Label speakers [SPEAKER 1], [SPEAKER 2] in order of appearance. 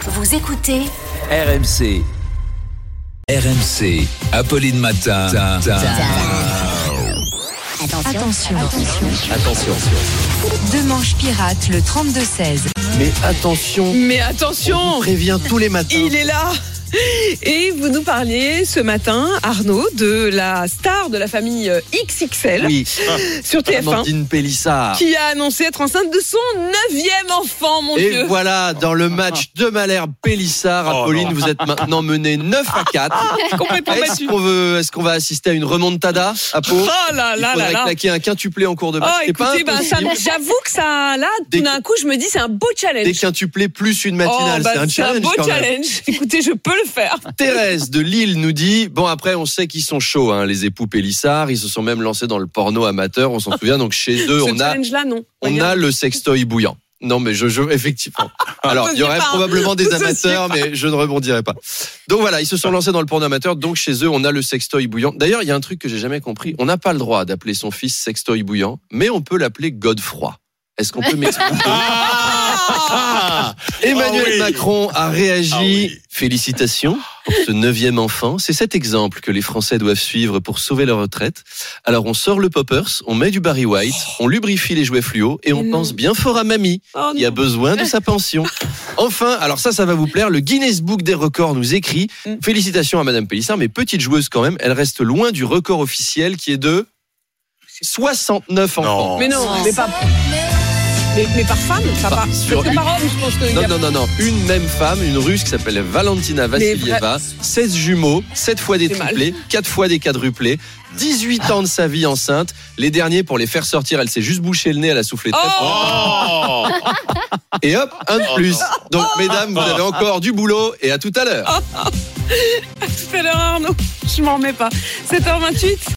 [SPEAKER 1] Vous écoutez
[SPEAKER 2] RMC. RMC. Apolline Matin.
[SPEAKER 3] Attention.
[SPEAKER 2] Attention.
[SPEAKER 3] Deux manches pirates, le 32-16.
[SPEAKER 4] Mais attention,
[SPEAKER 5] Mais attention,
[SPEAKER 4] prévient tous les matins.
[SPEAKER 5] il est là Et vous nous parliez ce matin, Arnaud, de la star de la famille euh, XXL
[SPEAKER 4] Oui,
[SPEAKER 5] sur TF1,
[SPEAKER 4] Amandine Pélissard.
[SPEAKER 5] qui a annoncé être enceinte de son neuvième enfant, mon
[SPEAKER 4] Et
[SPEAKER 5] Dieu
[SPEAKER 4] voilà, dans le match de Malherbe Pélissard, Apolline, vous êtes maintenant mené 9 à 4.
[SPEAKER 5] Ah, Complètement
[SPEAKER 4] Est-ce
[SPEAKER 5] battu
[SPEAKER 4] qu'on veut, est-ce qu'on va assister à une remontada à Pau
[SPEAKER 5] Oh là
[SPEAKER 4] Il
[SPEAKER 5] là là
[SPEAKER 4] faudrait
[SPEAKER 5] là
[SPEAKER 4] claquer un quintuplé en cours de
[SPEAKER 5] Oh,
[SPEAKER 4] match. C'est pas
[SPEAKER 5] écoutez, ben, ça-
[SPEAKER 4] impossible.
[SPEAKER 5] j'avoue que ça, là,
[SPEAKER 4] Des-
[SPEAKER 5] tout d'un coup, je me dis, c'est un beau
[SPEAKER 4] Des
[SPEAKER 5] challenge.
[SPEAKER 4] quintuplés plus une matinale,
[SPEAKER 5] Oh, bah,
[SPEAKER 4] c'est un challenge
[SPEAKER 5] beau
[SPEAKER 4] quand même.
[SPEAKER 5] challenge. Écoutez, je peux le faire.
[SPEAKER 4] Thérèse de Lille nous dit bon après on sait qu'ils sont chauds hein, les époux Pélissard, ils se sont même lancés dans le porno amateur, on s'en souvient donc chez eux
[SPEAKER 5] Ce
[SPEAKER 4] on a
[SPEAKER 5] challenge-là, non.
[SPEAKER 4] On a le sextoy bouillant. Non, mais je, je effectivement. Alors, il y aurait
[SPEAKER 5] Vous osiez pas,
[SPEAKER 4] probablement des
[SPEAKER 5] vous osiez
[SPEAKER 4] amateurs, mais je ne rebondirai pas. Donc voilà, ils se sont lancés dans le porno amateur. Donc chez eux, on a le sextoy bouillant. D'ailleurs, il y a un truc que j'ai jamais compris. On n'a pas le droit d'appeler son fils sextoy bouillant, mais on peut l'appeler Godefroy. Est-ce qu'on peut m'expliquer Emmanuel
[SPEAKER 6] Ah oui.
[SPEAKER 4] Macron a réagi.
[SPEAKER 6] Ah oui.
[SPEAKER 4] Félicitations pour ce neuvième enfant. C'est cet exemple que les Français doivent suivre pour sauver leur retraite. Alors on sort le poppers, on met du Barry White,
[SPEAKER 6] Oh.
[SPEAKER 4] on lubrifie les jouets fluo et on
[SPEAKER 5] Mais non.
[SPEAKER 4] pense bien fort à mamie
[SPEAKER 5] Oh,
[SPEAKER 4] qui a
[SPEAKER 5] non.
[SPEAKER 4] besoin de sa pension. Enfin, alors ça, ça va vous plaire. Le Guinness Book des records nous écrit
[SPEAKER 5] Mm.
[SPEAKER 4] félicitations à Madame Pélissard, mais petite joueuse quand même, elle reste loin du record officiel qui est de 69 enfants.
[SPEAKER 6] Non.
[SPEAKER 5] Mais non, mais pas. Mais, mais par femme, ça
[SPEAKER 4] Par-
[SPEAKER 5] par,
[SPEAKER 4] sur
[SPEAKER 5] c'est
[SPEAKER 4] une-
[SPEAKER 5] par homme, je pense que. y
[SPEAKER 4] Non,
[SPEAKER 5] a-
[SPEAKER 4] non, non, non. Une même femme, une russe qui s'appelle Valentina Vassilieva, 16 jumeaux, 7 fois des
[SPEAKER 5] C'est mal.
[SPEAKER 4] triplés, 4 fois des quadruplés, 18 ans de sa vie enceinte. Les derniers, pour les faire sortir, elle s'est juste bouché le nez, elle a soufflé
[SPEAKER 5] Oh
[SPEAKER 4] très fort.
[SPEAKER 6] Oh
[SPEAKER 4] Et hop, un de plus. Donc,
[SPEAKER 5] Oh
[SPEAKER 4] mesdames, vous avez encore du boulot et à tout à l'heure.
[SPEAKER 5] Tout à l'heure, Arnaud, je m'en remets pas. 7h28.